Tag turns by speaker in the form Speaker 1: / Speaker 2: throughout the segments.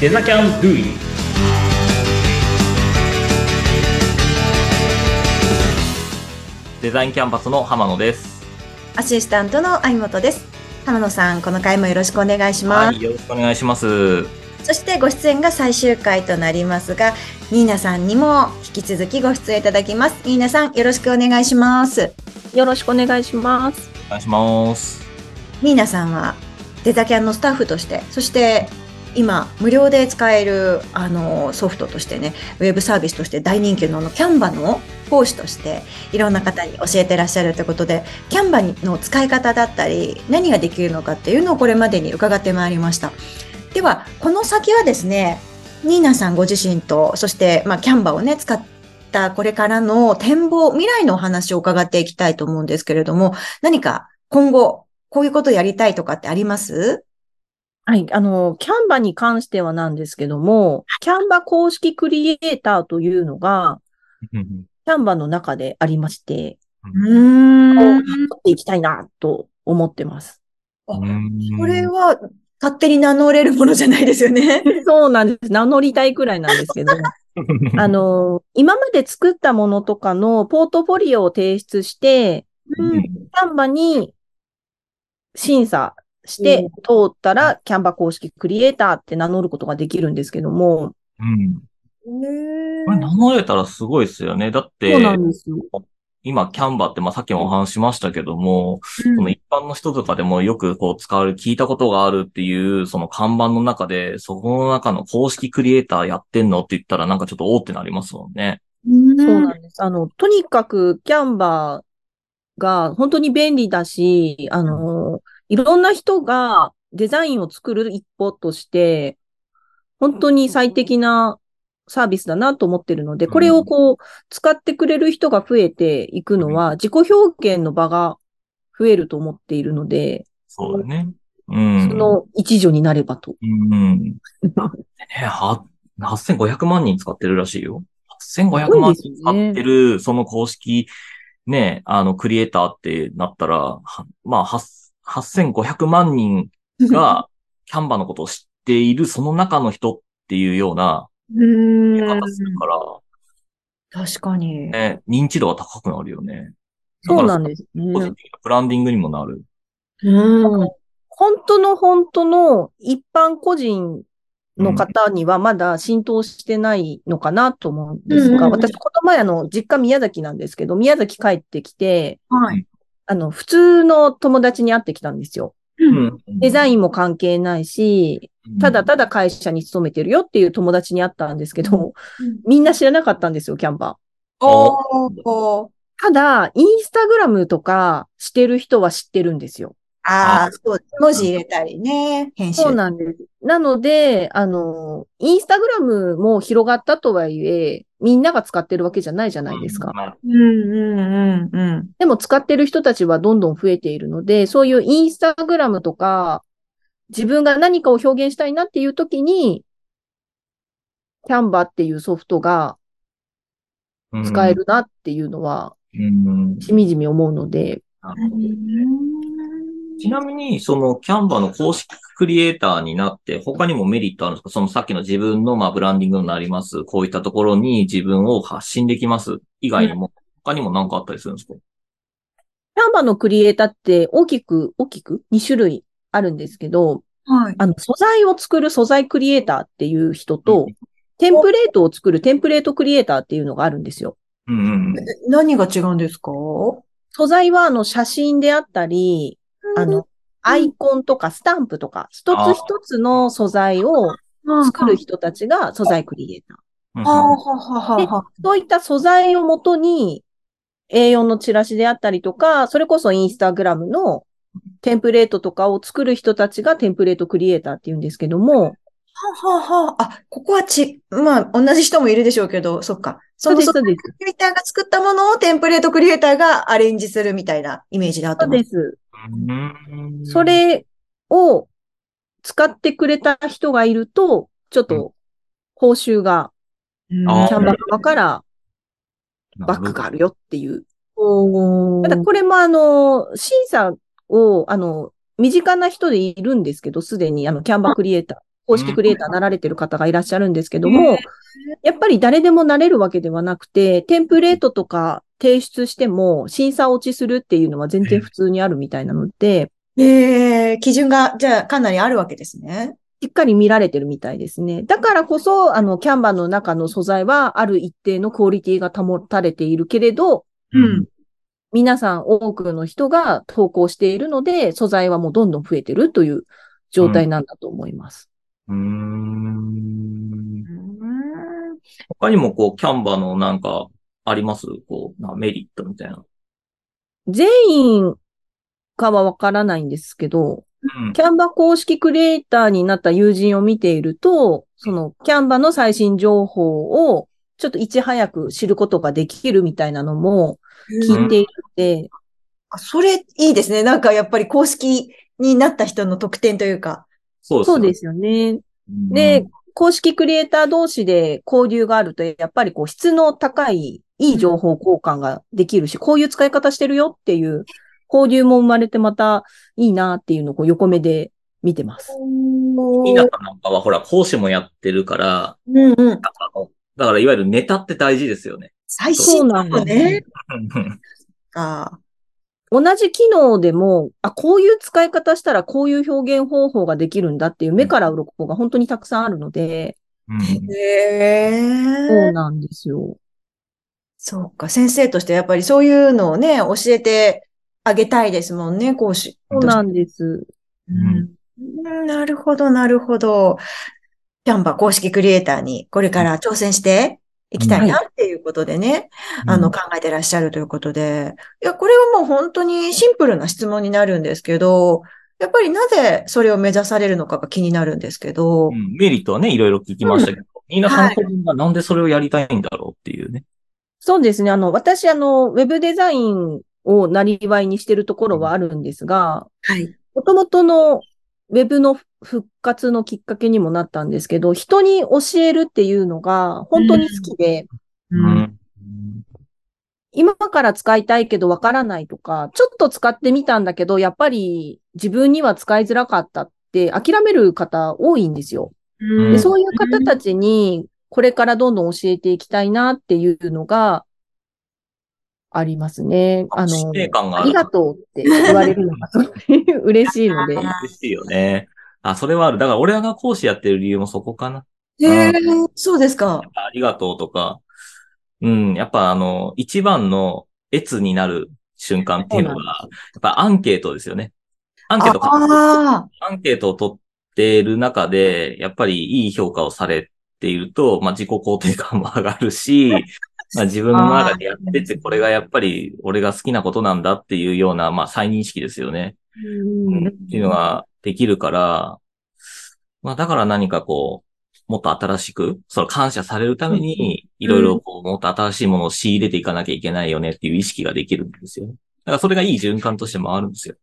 Speaker 1: デザキャンドゥイデザインキャンパスの浜野です。
Speaker 2: アシスタントの相本です。浜野さん、この回もよろしくお願いします。
Speaker 1: はい、よろしくお願いします。
Speaker 2: そしてご出演が最終回となりますが、ニーナさんにも引き続きご出演いただきます。ニーナさん、よろしくお願いします。
Speaker 3: よろしくお願いします。
Speaker 1: お願いします。
Speaker 2: ニーナさんはデザキャンのスタッフとして、そして今無料で使えるあのソフトとしてね、ウェブサービスとして大人気のあのキャンバの講師としていろんな方に教えてらっしゃるということで、キャンバの使い方だったり、何ができるのかっていうのをこれまでに伺ってまいりました。では、この先はですね、ニーナさんご自身と、そして、まあ、キャンバをね、使ったこれからの展望、未来のお話を伺っていきたいと思うんですけれども、何か今後、こういうことやりたいとかってあります
Speaker 3: はい。あの、キャンバに関してはなんですけども、キャンバ公式クリエイターというのが、キャンバの中でありまして、
Speaker 2: うん
Speaker 3: こう取っていきたいなと思ってます。
Speaker 2: これは勝手に名乗れるものじゃないですよね。
Speaker 3: そうなんです。名乗りたいくらいなんですけど、 あの、今まで作ったものとかのポートフォリオを提出して、キャンバに審査して通ったら、キャンバ公式クリエイターって名乗ることができるんですけども、
Speaker 1: うん。これ名
Speaker 2: う
Speaker 1: 乗れたらすごいですよね。だって
Speaker 3: そう、なんですよ。
Speaker 1: 今、キャンバーって、まあ、さっきもお話ししましたけども、その一般の人とかでもよくこう使われる、聞いたことがあるっていう、その看板の中で、そこの中の公式クリエイターやってんのって言ったら、なんかちょっとおーってなりますもんね。
Speaker 3: そうなんんです。あの、とにかくキャンバーが本当に便利だし、あの、いろんな人がデザインを作る一歩として、本当に最適なサービスだなと思ってるので、これをこう、使ってくれる人が増えていくのは、自己表現の場が増えると思っているので、
Speaker 1: そうだね。うん。
Speaker 3: その一助になればと。
Speaker 1: うん。ね、は、8500万人使ってるらしいよ。8500万人使ってる、その公式、ね、あの、クリエイターってなったら、はまあ、はっ8500万人 が、キャンバのことを知っている、その中の人っていうような、
Speaker 2: うん
Speaker 1: 言い方するから、
Speaker 2: 確かに。
Speaker 1: ね、認知度が高くなるよね。
Speaker 3: そうなんですね。
Speaker 1: 個人的なブランディングにもなる。
Speaker 2: うん。
Speaker 3: 本当の本当の一般個人の方にはまだ浸透してないのかなと思うんです
Speaker 2: うんうん
Speaker 3: が、
Speaker 2: うん
Speaker 3: 私、この前あの、実家宮崎なんですけど、宮崎帰ってきて、
Speaker 2: はい。
Speaker 3: あの、普通の友達に会ってきたんですよ。デザ
Speaker 1: イ
Speaker 3: インも関係ないし、
Speaker 1: ン
Speaker 3: ただただ会社に勤めてるよっていう友達に会ったんですけど、みんな知らなかったんですよ、キャンバー。
Speaker 2: おお。
Speaker 3: ただ、インスタグラムとかしてる人は知ってるんですよ。
Speaker 2: ああ、そう。文字入れたりね。編集。
Speaker 3: そうなんです。なので、あの、インスタグラムも広がったとはいえ、みんなが使ってるわけじゃないじゃないですか。
Speaker 1: か。
Speaker 2: うんうんうんうん。
Speaker 3: でも使ってる人たちはどんどん増えているので、そういうインスタグラムとか、自分が何かを表現したいなっていう時に、キャンバっていうソフトが
Speaker 1: うん
Speaker 3: 使え。るなっていうのは、
Speaker 1: うん
Speaker 3: しみじみ思うので、
Speaker 1: なるほどちなみに、そのキャンバの公式クリエイターになって、他にもメリットあるんですかそのさっきの自分のまあブランディングになります。こういったところに自分を発信できます。以外にも、他にも何かあったりするんですか
Speaker 3: キャンバのクリエイターって大きく、大きく2種類あるんですけど、
Speaker 2: はい。
Speaker 3: あの、素材を作る素材クリエイターっていう人と、テンプレートを作るテンプレートクリエイターっていうのがあるんですよ。
Speaker 1: うんうんうん。
Speaker 2: 何が違うんですか
Speaker 3: 素材は、あの、写真であったり、あの、アイコンとかスタンプとか、一つ一つの素材を作る人たちが素材クリエイター。
Speaker 1: う
Speaker 2: はあ
Speaker 1: ん
Speaker 2: はあはあはあ。
Speaker 3: そういった素材をもとに、A4 のチラシであったりとか、それこそインスタグラムのテンプレートとかを作る人たちがテンプレートクリエイターって言うんですけども、
Speaker 2: はあはあはあ。あ、ここはち、まあ、同じ人もいるでしょうけど、そっか。そ
Speaker 3: そう
Speaker 2: の
Speaker 3: です、
Speaker 2: そ
Speaker 3: そう
Speaker 2: の
Speaker 3: です。
Speaker 2: クリエイターが作ったものをテンプレートクリエイターがアレンジするみたいなイメージであって
Speaker 3: そう
Speaker 2: ます。
Speaker 3: です。
Speaker 1: うん
Speaker 3: そ、れを使ってくれた人がいると、ちょっと報酬が、
Speaker 2: うん
Speaker 1: あー
Speaker 3: キャンバー側から
Speaker 1: なる
Speaker 3: バ
Speaker 1: ほ
Speaker 3: ッ
Speaker 1: ど
Speaker 3: クがあるよっていう。
Speaker 2: お
Speaker 3: ただこれもあの、審査を、あの、身近な人でいるんですけど、すでにあの、キャンバークリエイター公式クリエイターになられてる方がいらっしゃるんですけども、やっぱり誰でもなれるわけではなくて、テンプレートとか提出しても審査落ちするっていうのは全然普通にあるみたいなので、
Speaker 2: ええ基準が、じゃあ、かなりあるわけですね。
Speaker 3: しっかり見られてるみたいですね。だからこそ、あの、キャンバーの中の素材は、ある一定のクオリティが保たれているけれど、
Speaker 2: うん。
Speaker 3: 皆さん多くの人が投稿しているので、素材はもうどんどん増えてるという状態なんだと思います。
Speaker 1: うん。他にもこう、キャンバのなんか、ありますこう、なメリットみたいな。
Speaker 3: 全員かはわからないんですけど、
Speaker 1: うん。
Speaker 3: キャンバ公式クリエイターになった友人を見ていると、そのキャンバの最新情報をちょっといち早く知ることができるみたいなのも聞いているので、
Speaker 2: あそれ、いいですね。なんか、やっぱり公式になった人の特典というか。
Speaker 1: そうです。
Speaker 3: そうですすよね。
Speaker 1: うん
Speaker 3: で、公式クリエイター同士で交流があると、やっぱりこう質の高い、いい情報交換ができるし、こういう使い方してるよっていう交流も生まれてまたいいなっていうのをこう横目で見てます。
Speaker 1: みなかなんかはほら、講師もやってるから、
Speaker 2: うんうん。
Speaker 1: あのだからいわゆるネタって大事ですよね。
Speaker 2: 最新の
Speaker 3: そうなんです
Speaker 2: ね
Speaker 3: ね。
Speaker 2: か。
Speaker 3: 同じ機能でも、あ、こういう使い方したらこういう表現方法ができるんだっていう目から鱗が本当にたくさんあるので、
Speaker 1: うん
Speaker 2: へ
Speaker 3: そう
Speaker 2: え。
Speaker 3: なんですよ。
Speaker 2: そうか。先生としてやっぱりそういうのをね、教えてあげたいですもんね、講師。
Speaker 3: そうなんです。
Speaker 2: うんなるほど、なるほど。キャンバ公式クリエイターにこれから挑戦していきたいなっていうことでね、 あの、考えてらっしゃるということで。いや、これはもう本当にシンプルな質問になるんですけど、やっぱりなぜそれを目指されるのかが気になるんですけど
Speaker 1: う、んメリットはね、いろいろ聞きましたけど、みんなさん個人がなんでそれをやりたいんだろうっていうね。
Speaker 3: そうですね。あの、私、あの、ウェブデザインをなりわいにしてるところはあるんですが、
Speaker 2: はい。
Speaker 3: もともとのウェブの復活のきっかけにもなったんですけど、人に教えるっていうのが本当に好きで、
Speaker 1: うん
Speaker 3: 今から使いたいけどわからないとか、ちょっと使ってみたんだけど、やっぱり自分には使いづらかったって諦める方多いんですよ。
Speaker 1: ん
Speaker 3: で、
Speaker 1: ん
Speaker 3: そういう方たちに、これからどんどん教えていきたいなっていうのが、ありますね。あ
Speaker 1: 使
Speaker 3: の、
Speaker 1: 命感があ
Speaker 3: あ
Speaker 1: る
Speaker 3: りがとうって言われるのがすごい嬉しいので。
Speaker 1: 嬉しいよね。あ、それはある。だから俺が講師やってる理由もそこかな。
Speaker 2: へえ、そうですか。
Speaker 1: ありがとうとか、うん、やっぱあの、一番の越になる瞬間っていうの
Speaker 3: そう
Speaker 1: が、やっぱアンケートですよね。アンケートか。
Speaker 2: ああ、
Speaker 1: アンケートを取っている中で、やっぱりいい評価をされていると、まあ自己肯定感も上がるし、まあ自分の中でやってて、これがやっぱり俺が好きなことなんだっていうような、まあ再認識ですよね。 うんっていうのができるから、まあだから何かこう、もっと新しく、その感謝されるために、いろいろこう、もっと新しいものを仕入れていかなきゃいけないよねっていう意識ができるんですよね。だからそれがいい循環として回るんですよ。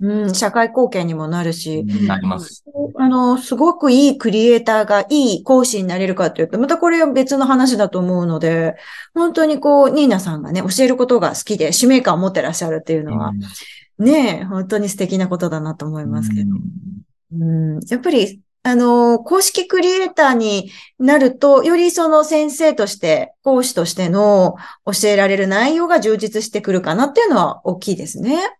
Speaker 2: うん、社会貢献にもなるし、
Speaker 1: なります。
Speaker 2: あの、すごくいいクリエイターがいい講師になれるかというと、またこれは別の話だと思うので、本当にこう、ニーナさんがね、教えることが好きで、使命感を持ってらっしゃるっていうのは、ねえ、本当に素敵なことだなと思いますけど。うん、やっぱり、あの、公式クリエイターになると、よりその先生として、講師としての教えられる内容が充実してくるかなっていうのは大きいですね。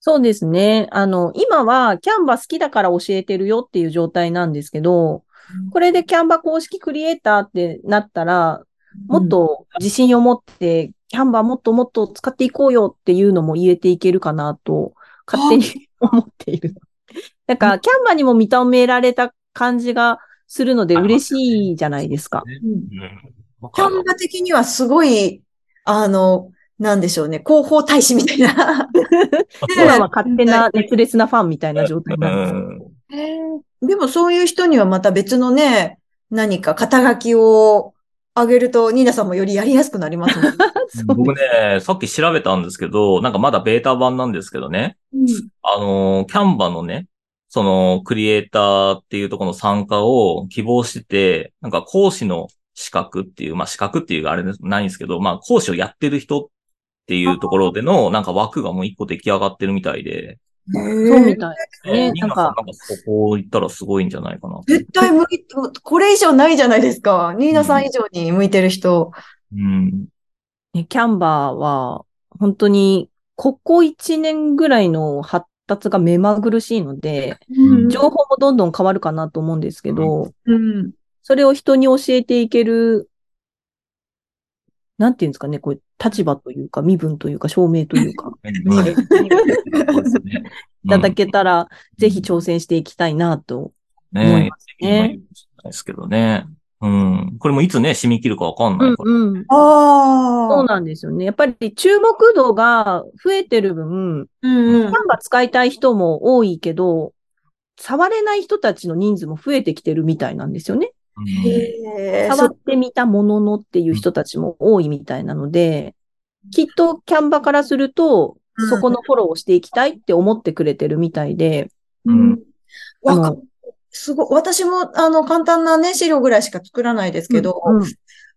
Speaker 3: そうですね。あの、今はキャンバ好きだから教えてるよっていう状態なんですけど、これでキャンバ公式クリエイターってなったら、もっと自信を持って、キャンバもっともっと使っていこうよっていうのも言えていけるかなと、勝手に 思っている。なんか、キャンバにも認められた感じがするので嬉しいじゃないですか。
Speaker 2: うん
Speaker 1: うんわ
Speaker 2: キ
Speaker 1: か
Speaker 2: ャ
Speaker 1: る
Speaker 2: ンバ的にはすごい、あの、なんでしょうね、広報大使みたいな。
Speaker 3: 今は勝手な熱烈なファンみたいな状態なんです。
Speaker 1: う
Speaker 2: でもそういう人にはまた別のね、何か肩書きをあげると、ニーナさんもよりやりやすくなりますもんね。
Speaker 1: ん
Speaker 3: そう
Speaker 1: 僕ね、さっき調べたんですけど、なんかまだベータ版なんですけどね、あのー、キャンバのね、その、クリエイターっていうところの参加を希望してて、なんか講師の資格っていう、まあ資格っていうあれですないんですけど、まあ講師をやってる人っていうところでの、なんか枠がもう一個出来上がってるみたいで、
Speaker 3: そうみたいですね。
Speaker 1: ニー
Speaker 3: なん
Speaker 1: ナさんなん
Speaker 3: か、
Speaker 1: かそこ行ったらすごいんじゃないかな。
Speaker 2: 絶対向いて、これ以上ないじゃないですか。ニーナさん以上に向いてる人。
Speaker 1: うん。
Speaker 3: ね、キャンバーは、本当に、ここ1年ぐらいの発達が目まぐるしいので、
Speaker 1: うん
Speaker 3: 情報もどんどん変わるかなと思うんですけど、
Speaker 2: うん。
Speaker 3: それを人に教えていける、なんていうんですかね、こう、立場というか、身分というか、証明という か、
Speaker 1: はいそうですね
Speaker 3: いただけたら、ぜひ挑戦していきたいなと。
Speaker 1: うん
Speaker 3: 思い
Speaker 1: ね
Speaker 3: ますね
Speaker 1: えですけどね。うん。これもいつね、締め切るかわかんないから。
Speaker 3: うんうん
Speaker 2: ああ。
Speaker 3: そうなんですよね。やっぱり注目度が増えてる
Speaker 2: う
Speaker 3: 分、
Speaker 2: んうん
Speaker 3: フ。ァンが使いたい人も多いけど、触れない人たちの人数も増えてきてるみたいなんですよね。
Speaker 1: うん
Speaker 2: へー
Speaker 3: 触ってみたもののっていう人たちも多いみたいなので、きっとキャンバからすると
Speaker 2: うん、
Speaker 3: そこのフォローをしていきたいって思ってくれてるみたいで、
Speaker 1: うん
Speaker 2: わ
Speaker 3: あ
Speaker 2: か
Speaker 3: の
Speaker 2: すごい。私も、あの、簡単なね、資料ぐらいしか作らないですけど、
Speaker 3: うん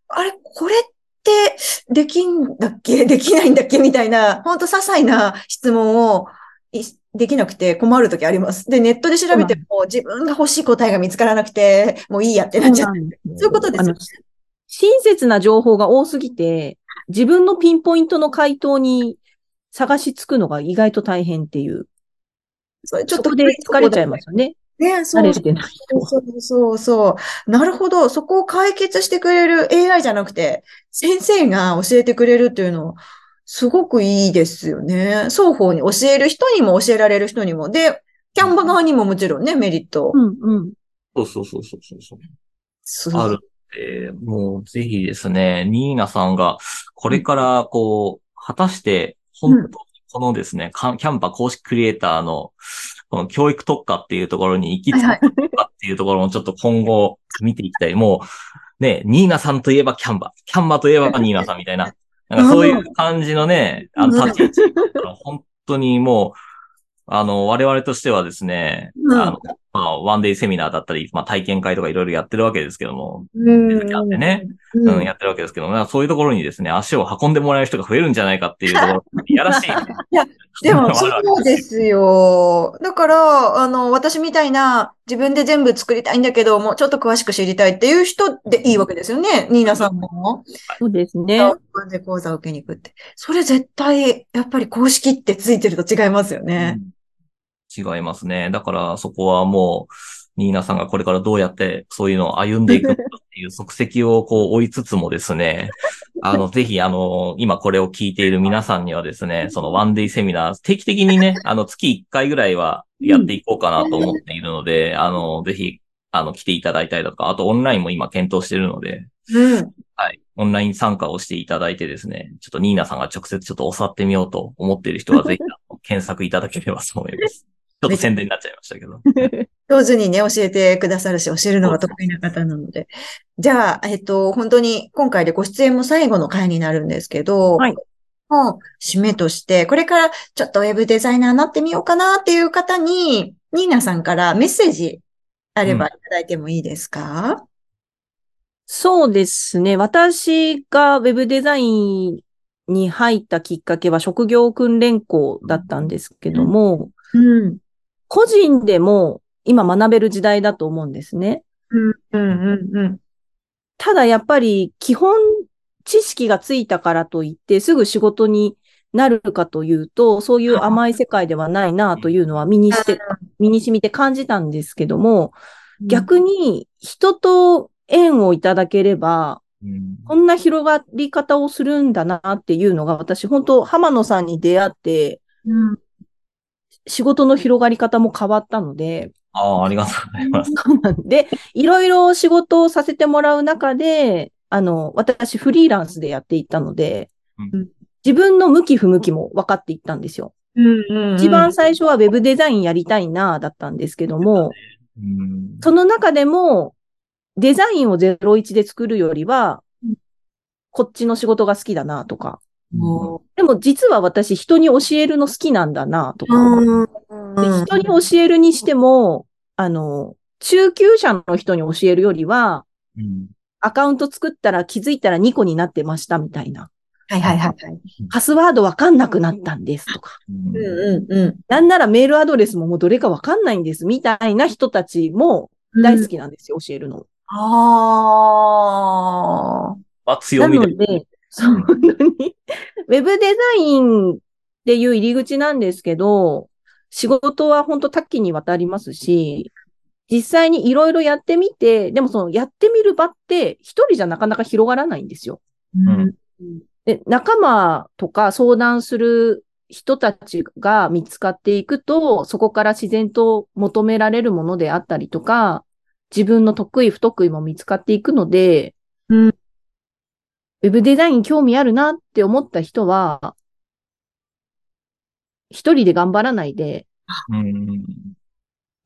Speaker 2: あれ、これって、できんだっけで きないんだっけみたいな、ほんと些細な質問をいできなくて困るときあります。で、ネットで調べても、自分が欲しい答えが見つからなくて、もういいやってなっちゃう。そういうことですよ
Speaker 3: あの親切な情報が多すぎて、自分のピンポイントの回答に探しつくのが意外と大変っていう。
Speaker 2: それち
Speaker 3: ち
Speaker 2: ょ
Speaker 3: ょ
Speaker 2: っ
Speaker 3: っ
Speaker 2: と
Speaker 3: とで疲れちゃいますよね。
Speaker 2: ね。そう
Speaker 3: 慣れてないと。
Speaker 2: そうそうそう。なるほど。そこを解決してくれる AI じゃなくて、先生が教えてくれるっていうの、すごくいいですよね。双方に教える人にも教えられる人にも。で、キャンバ側にももちろんね、メリット。
Speaker 3: うんうん。
Speaker 1: そうそうそうそうそうそう。
Speaker 2: す
Speaker 1: あるって、もうぜひですね、ニーナさんがこれからこう、果たして本当にこのですね、かキャンパ公式クリエイターのこの教育特化っていうところに行き着くのかっていうところもちょっと今後見ていきたい。もうね、ニーナさんといえばキャンバ、キャンバといえばニーナさんみたい な、なんかそういう感じのね、あの立ち位置 あの本当にもう、あの、我々としてはですね、
Speaker 2: うん
Speaker 1: あの、まあ、ワンデイセミナーだったり、まあ、体験会とかいろいろやってるわけですけども、
Speaker 2: うん
Speaker 1: 手あってね、
Speaker 2: う
Speaker 1: うんん、やってるわけですけども、なんかそういうところにですね、足を運んでもらえる人が増えるんじゃないかっていうところ、いやらしい。い
Speaker 2: や、で も、そうですよ。だから、あの、私みたいな、自分で全部作りたいんだけど、もうちょっと詳しく知りたいっていう人でいいわけですよね。ニーナさんも。
Speaker 3: そうですね
Speaker 2: ワ。ンで講座を受けに行くって。それ絶対、やっぱり公式ってついてると違いますよね。
Speaker 1: うん違いますね。だから、そこはもう、ニーナさんがこれからどうやってそういうのを歩んでいくのかっていう足跡をこう追いつつもですね、あの、ぜひ、あの、今これを聞いている皆さんにはですね、そのワンデイセミナー、定期的にね、あの、月1回ぐらいはやっていこうかなと思っているので、あの、ぜひ、あの、来ていただいたりだとか、あとオンラインも今検討しているので、
Speaker 2: うん。
Speaker 1: はい。オンライン参加をしていただいてですね、ちょっとニーナさんが直接ちょっと教わってみようと思っている人はぜひあの検索いただければと思います。ちょっと宣伝になっちゃいましたけど。
Speaker 2: 上手にね、教えてくださるし、教えるのが得意な方なので。じゃあ、えっと、本当に今回でご出演も最後の回になるんですけど、
Speaker 3: はい
Speaker 2: もう、締めとして、これからちょっとウェブデザイナーになってみようかなっていう方に、ニーナさんからメッセージあればいただいてもいいですか、
Speaker 3: そうですね。私がウェブデザインに入ったきっかけは職業訓練校だったんですけども、
Speaker 2: うん、
Speaker 3: 個人でも今学べる時代だと思うんですね。
Speaker 2: うん、うん、うん、うん。
Speaker 3: ただやっぱり基本知識がついたからといってすぐ仕事になるかというと、そういう甘い世界ではないなというのは身にして、 身に染みて感じたんですけども、逆に人と縁をいただければ、
Speaker 1: うん
Speaker 3: こんな広がり方をするんだなっていうのが私本当浜野さんに出会って
Speaker 2: うん、
Speaker 3: 仕事の広がり方も変わったので、
Speaker 1: ああ、ありがとうございます。
Speaker 3: で、いろいろ仕事をさせてもらう中で、あの、私フリーランスでやっていたので
Speaker 1: う、
Speaker 3: 自分の向き不向きも分かっていったんですよ。
Speaker 2: うん、うん。
Speaker 3: 一番最初はウェブデザインやりたいなだったんですけども、
Speaker 1: うん
Speaker 3: その中でもデザインを01で作るよりは、こっちの仕事が好きだなとか、
Speaker 1: うん
Speaker 3: でも実は私人に教えるの好きなんだなとか、で
Speaker 2: うん
Speaker 3: 人に教えるにしても、あの、中級者の人に教えるよりは、
Speaker 1: うん
Speaker 3: アカウント作ったら気づいたら2個になってましたみたいな。
Speaker 2: はいはいはいはい。
Speaker 3: パスワードわかんなくなったんですとか、
Speaker 1: うん
Speaker 2: うんうんうん。
Speaker 3: なんならメールアドレスももうどれかわかんないんですみたいな人たちも大好きなんですよ、教えるの。
Speaker 2: ああ。
Speaker 1: あ、強
Speaker 3: な
Speaker 1: み
Speaker 3: の
Speaker 1: で。
Speaker 3: で、そう、本当に。ウェブデザインっていう入り口なんですけど、仕事は本当多岐にわたりますし、実際にいろいろやってみて、でもそのやってみる場って一人じゃなかなか広がらないんですよ。
Speaker 1: うん
Speaker 3: で、仲間とか相談する人たちが見つかっていくと、そこから自然と求められるものであったりとか、自分の得意不得意も見つかっていくので、
Speaker 2: うん
Speaker 3: ウェブデザイン興味あるなって思った人は、一人で頑張らないで、
Speaker 1: うん。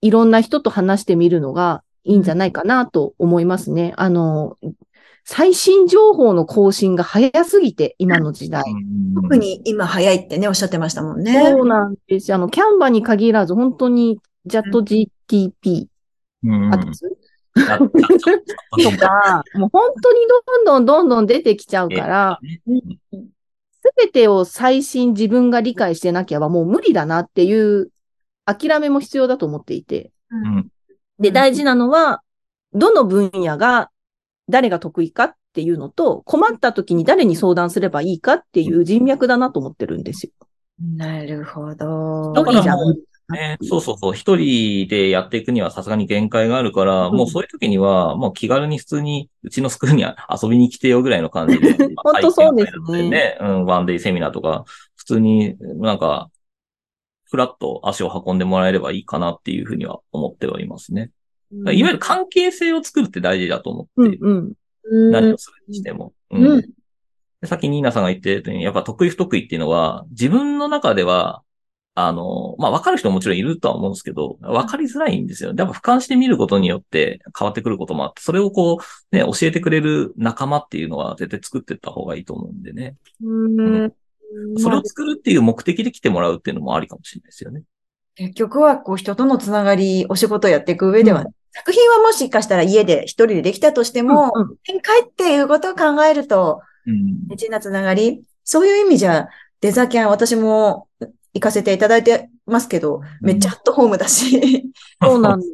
Speaker 3: いろんな人と話してみるのがいいんじゃないかなと思いますね。あの、最新情報の更新が早すぎて、今の時代。
Speaker 2: 特に今早いってね、おっしゃってましたもんね。
Speaker 3: そうなんですよ。あの、キャンバに限らず、本当に、チャット GTP、
Speaker 1: うん。うん。
Speaker 3: あとです
Speaker 1: あと
Speaker 3: と か、もう本当にどんどんどんどん出てきちゃうから、すべてを最新自分が理解してなきゃはもう無理だなっていう諦めも必要だと思っていて。
Speaker 1: うん
Speaker 3: で、大事なのは、どの分野が誰が得意かっていうのと、困った時に誰に相談すればいいかっていう人脈だなと思ってるんですよ。
Speaker 2: なるほど。
Speaker 1: だ
Speaker 3: 一
Speaker 1: か
Speaker 3: 人じ
Speaker 1: ら
Speaker 3: ゃ
Speaker 1: もうね、そうそうそう。一人でやっていくにはさすがに限界があるから、
Speaker 3: うん。
Speaker 1: もうそういう時には、もう気軽に普通に、うちのスクールに遊びに来てよぐらいの感じで
Speaker 3: 本当そうで
Speaker 1: 体験会
Speaker 3: すね
Speaker 1: だったりね。うん、ワンデイセミナーとか、普通になんか、フラッと足を運んでもらえればいいかなっていうふうには思ってはいますね。いわゆる関係性を作るって大事だと思
Speaker 3: う
Speaker 1: っ
Speaker 3: ん
Speaker 1: て、
Speaker 3: うん。
Speaker 1: 何をするにしても。うん
Speaker 2: うん
Speaker 1: でさっきニーナさんが言ってたように、やっぱ得意不得意っていうのは、自分の中では、あの、まあ、分かる人ももちろんいるとは思うんですけど、分かりづらいんですよ。やっぱ俯瞰して見ることによって変わってくることもあって、それをこう、ね、教えてくれる仲間っていうのは絶対作っていった方がいいと思うんでね。
Speaker 2: うん
Speaker 1: それを作るっていう目的で来てもらうっていうのもありかもしれないですよね。
Speaker 2: 結局はこう人とのつながり、お仕事をやっていく上では、作品はもしかしたら家で一人でできたとしても、
Speaker 3: うんうん
Speaker 2: 展開っていうことを考えると、
Speaker 1: うん
Speaker 2: 大事なつながり、そういう意味じゃ、デザキャン私も行かせていただいてますけど、めっちゃアットホームだし、
Speaker 3: そうなんで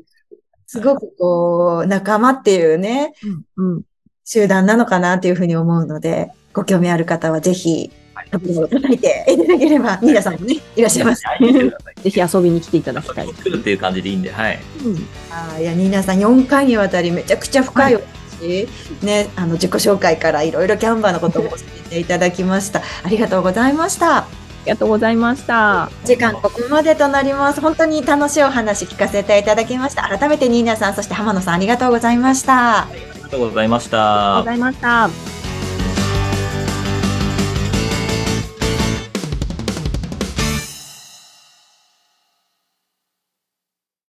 Speaker 3: す。
Speaker 2: すごくこう、仲間っていうね、
Speaker 3: うん。
Speaker 2: 集団なのかなというふうに思うので、ご興味ある方はぜひ、タブを叩いていただければ、ニーナさんもね、いらっしゃいます。
Speaker 1: はい見てください
Speaker 3: ぜひ遊びに来ていただきたい。
Speaker 1: 遊びに来るっていう感じでいいんで、はい。
Speaker 2: あーいや、ニーナさん4回にわたりめちゃくちゃ深いお話、ね、あの、自己紹介からいろいろキャンバーのことを教えていただきました。ありがとうございました。
Speaker 3: ありがとうございました。
Speaker 2: 時間ここまでとなります。本当に楽しいお話聞かせていただきました。改めてニーナさん、そして浜野さんありがとうございました。
Speaker 1: ありがとうございました。
Speaker 3: ありがとうございました。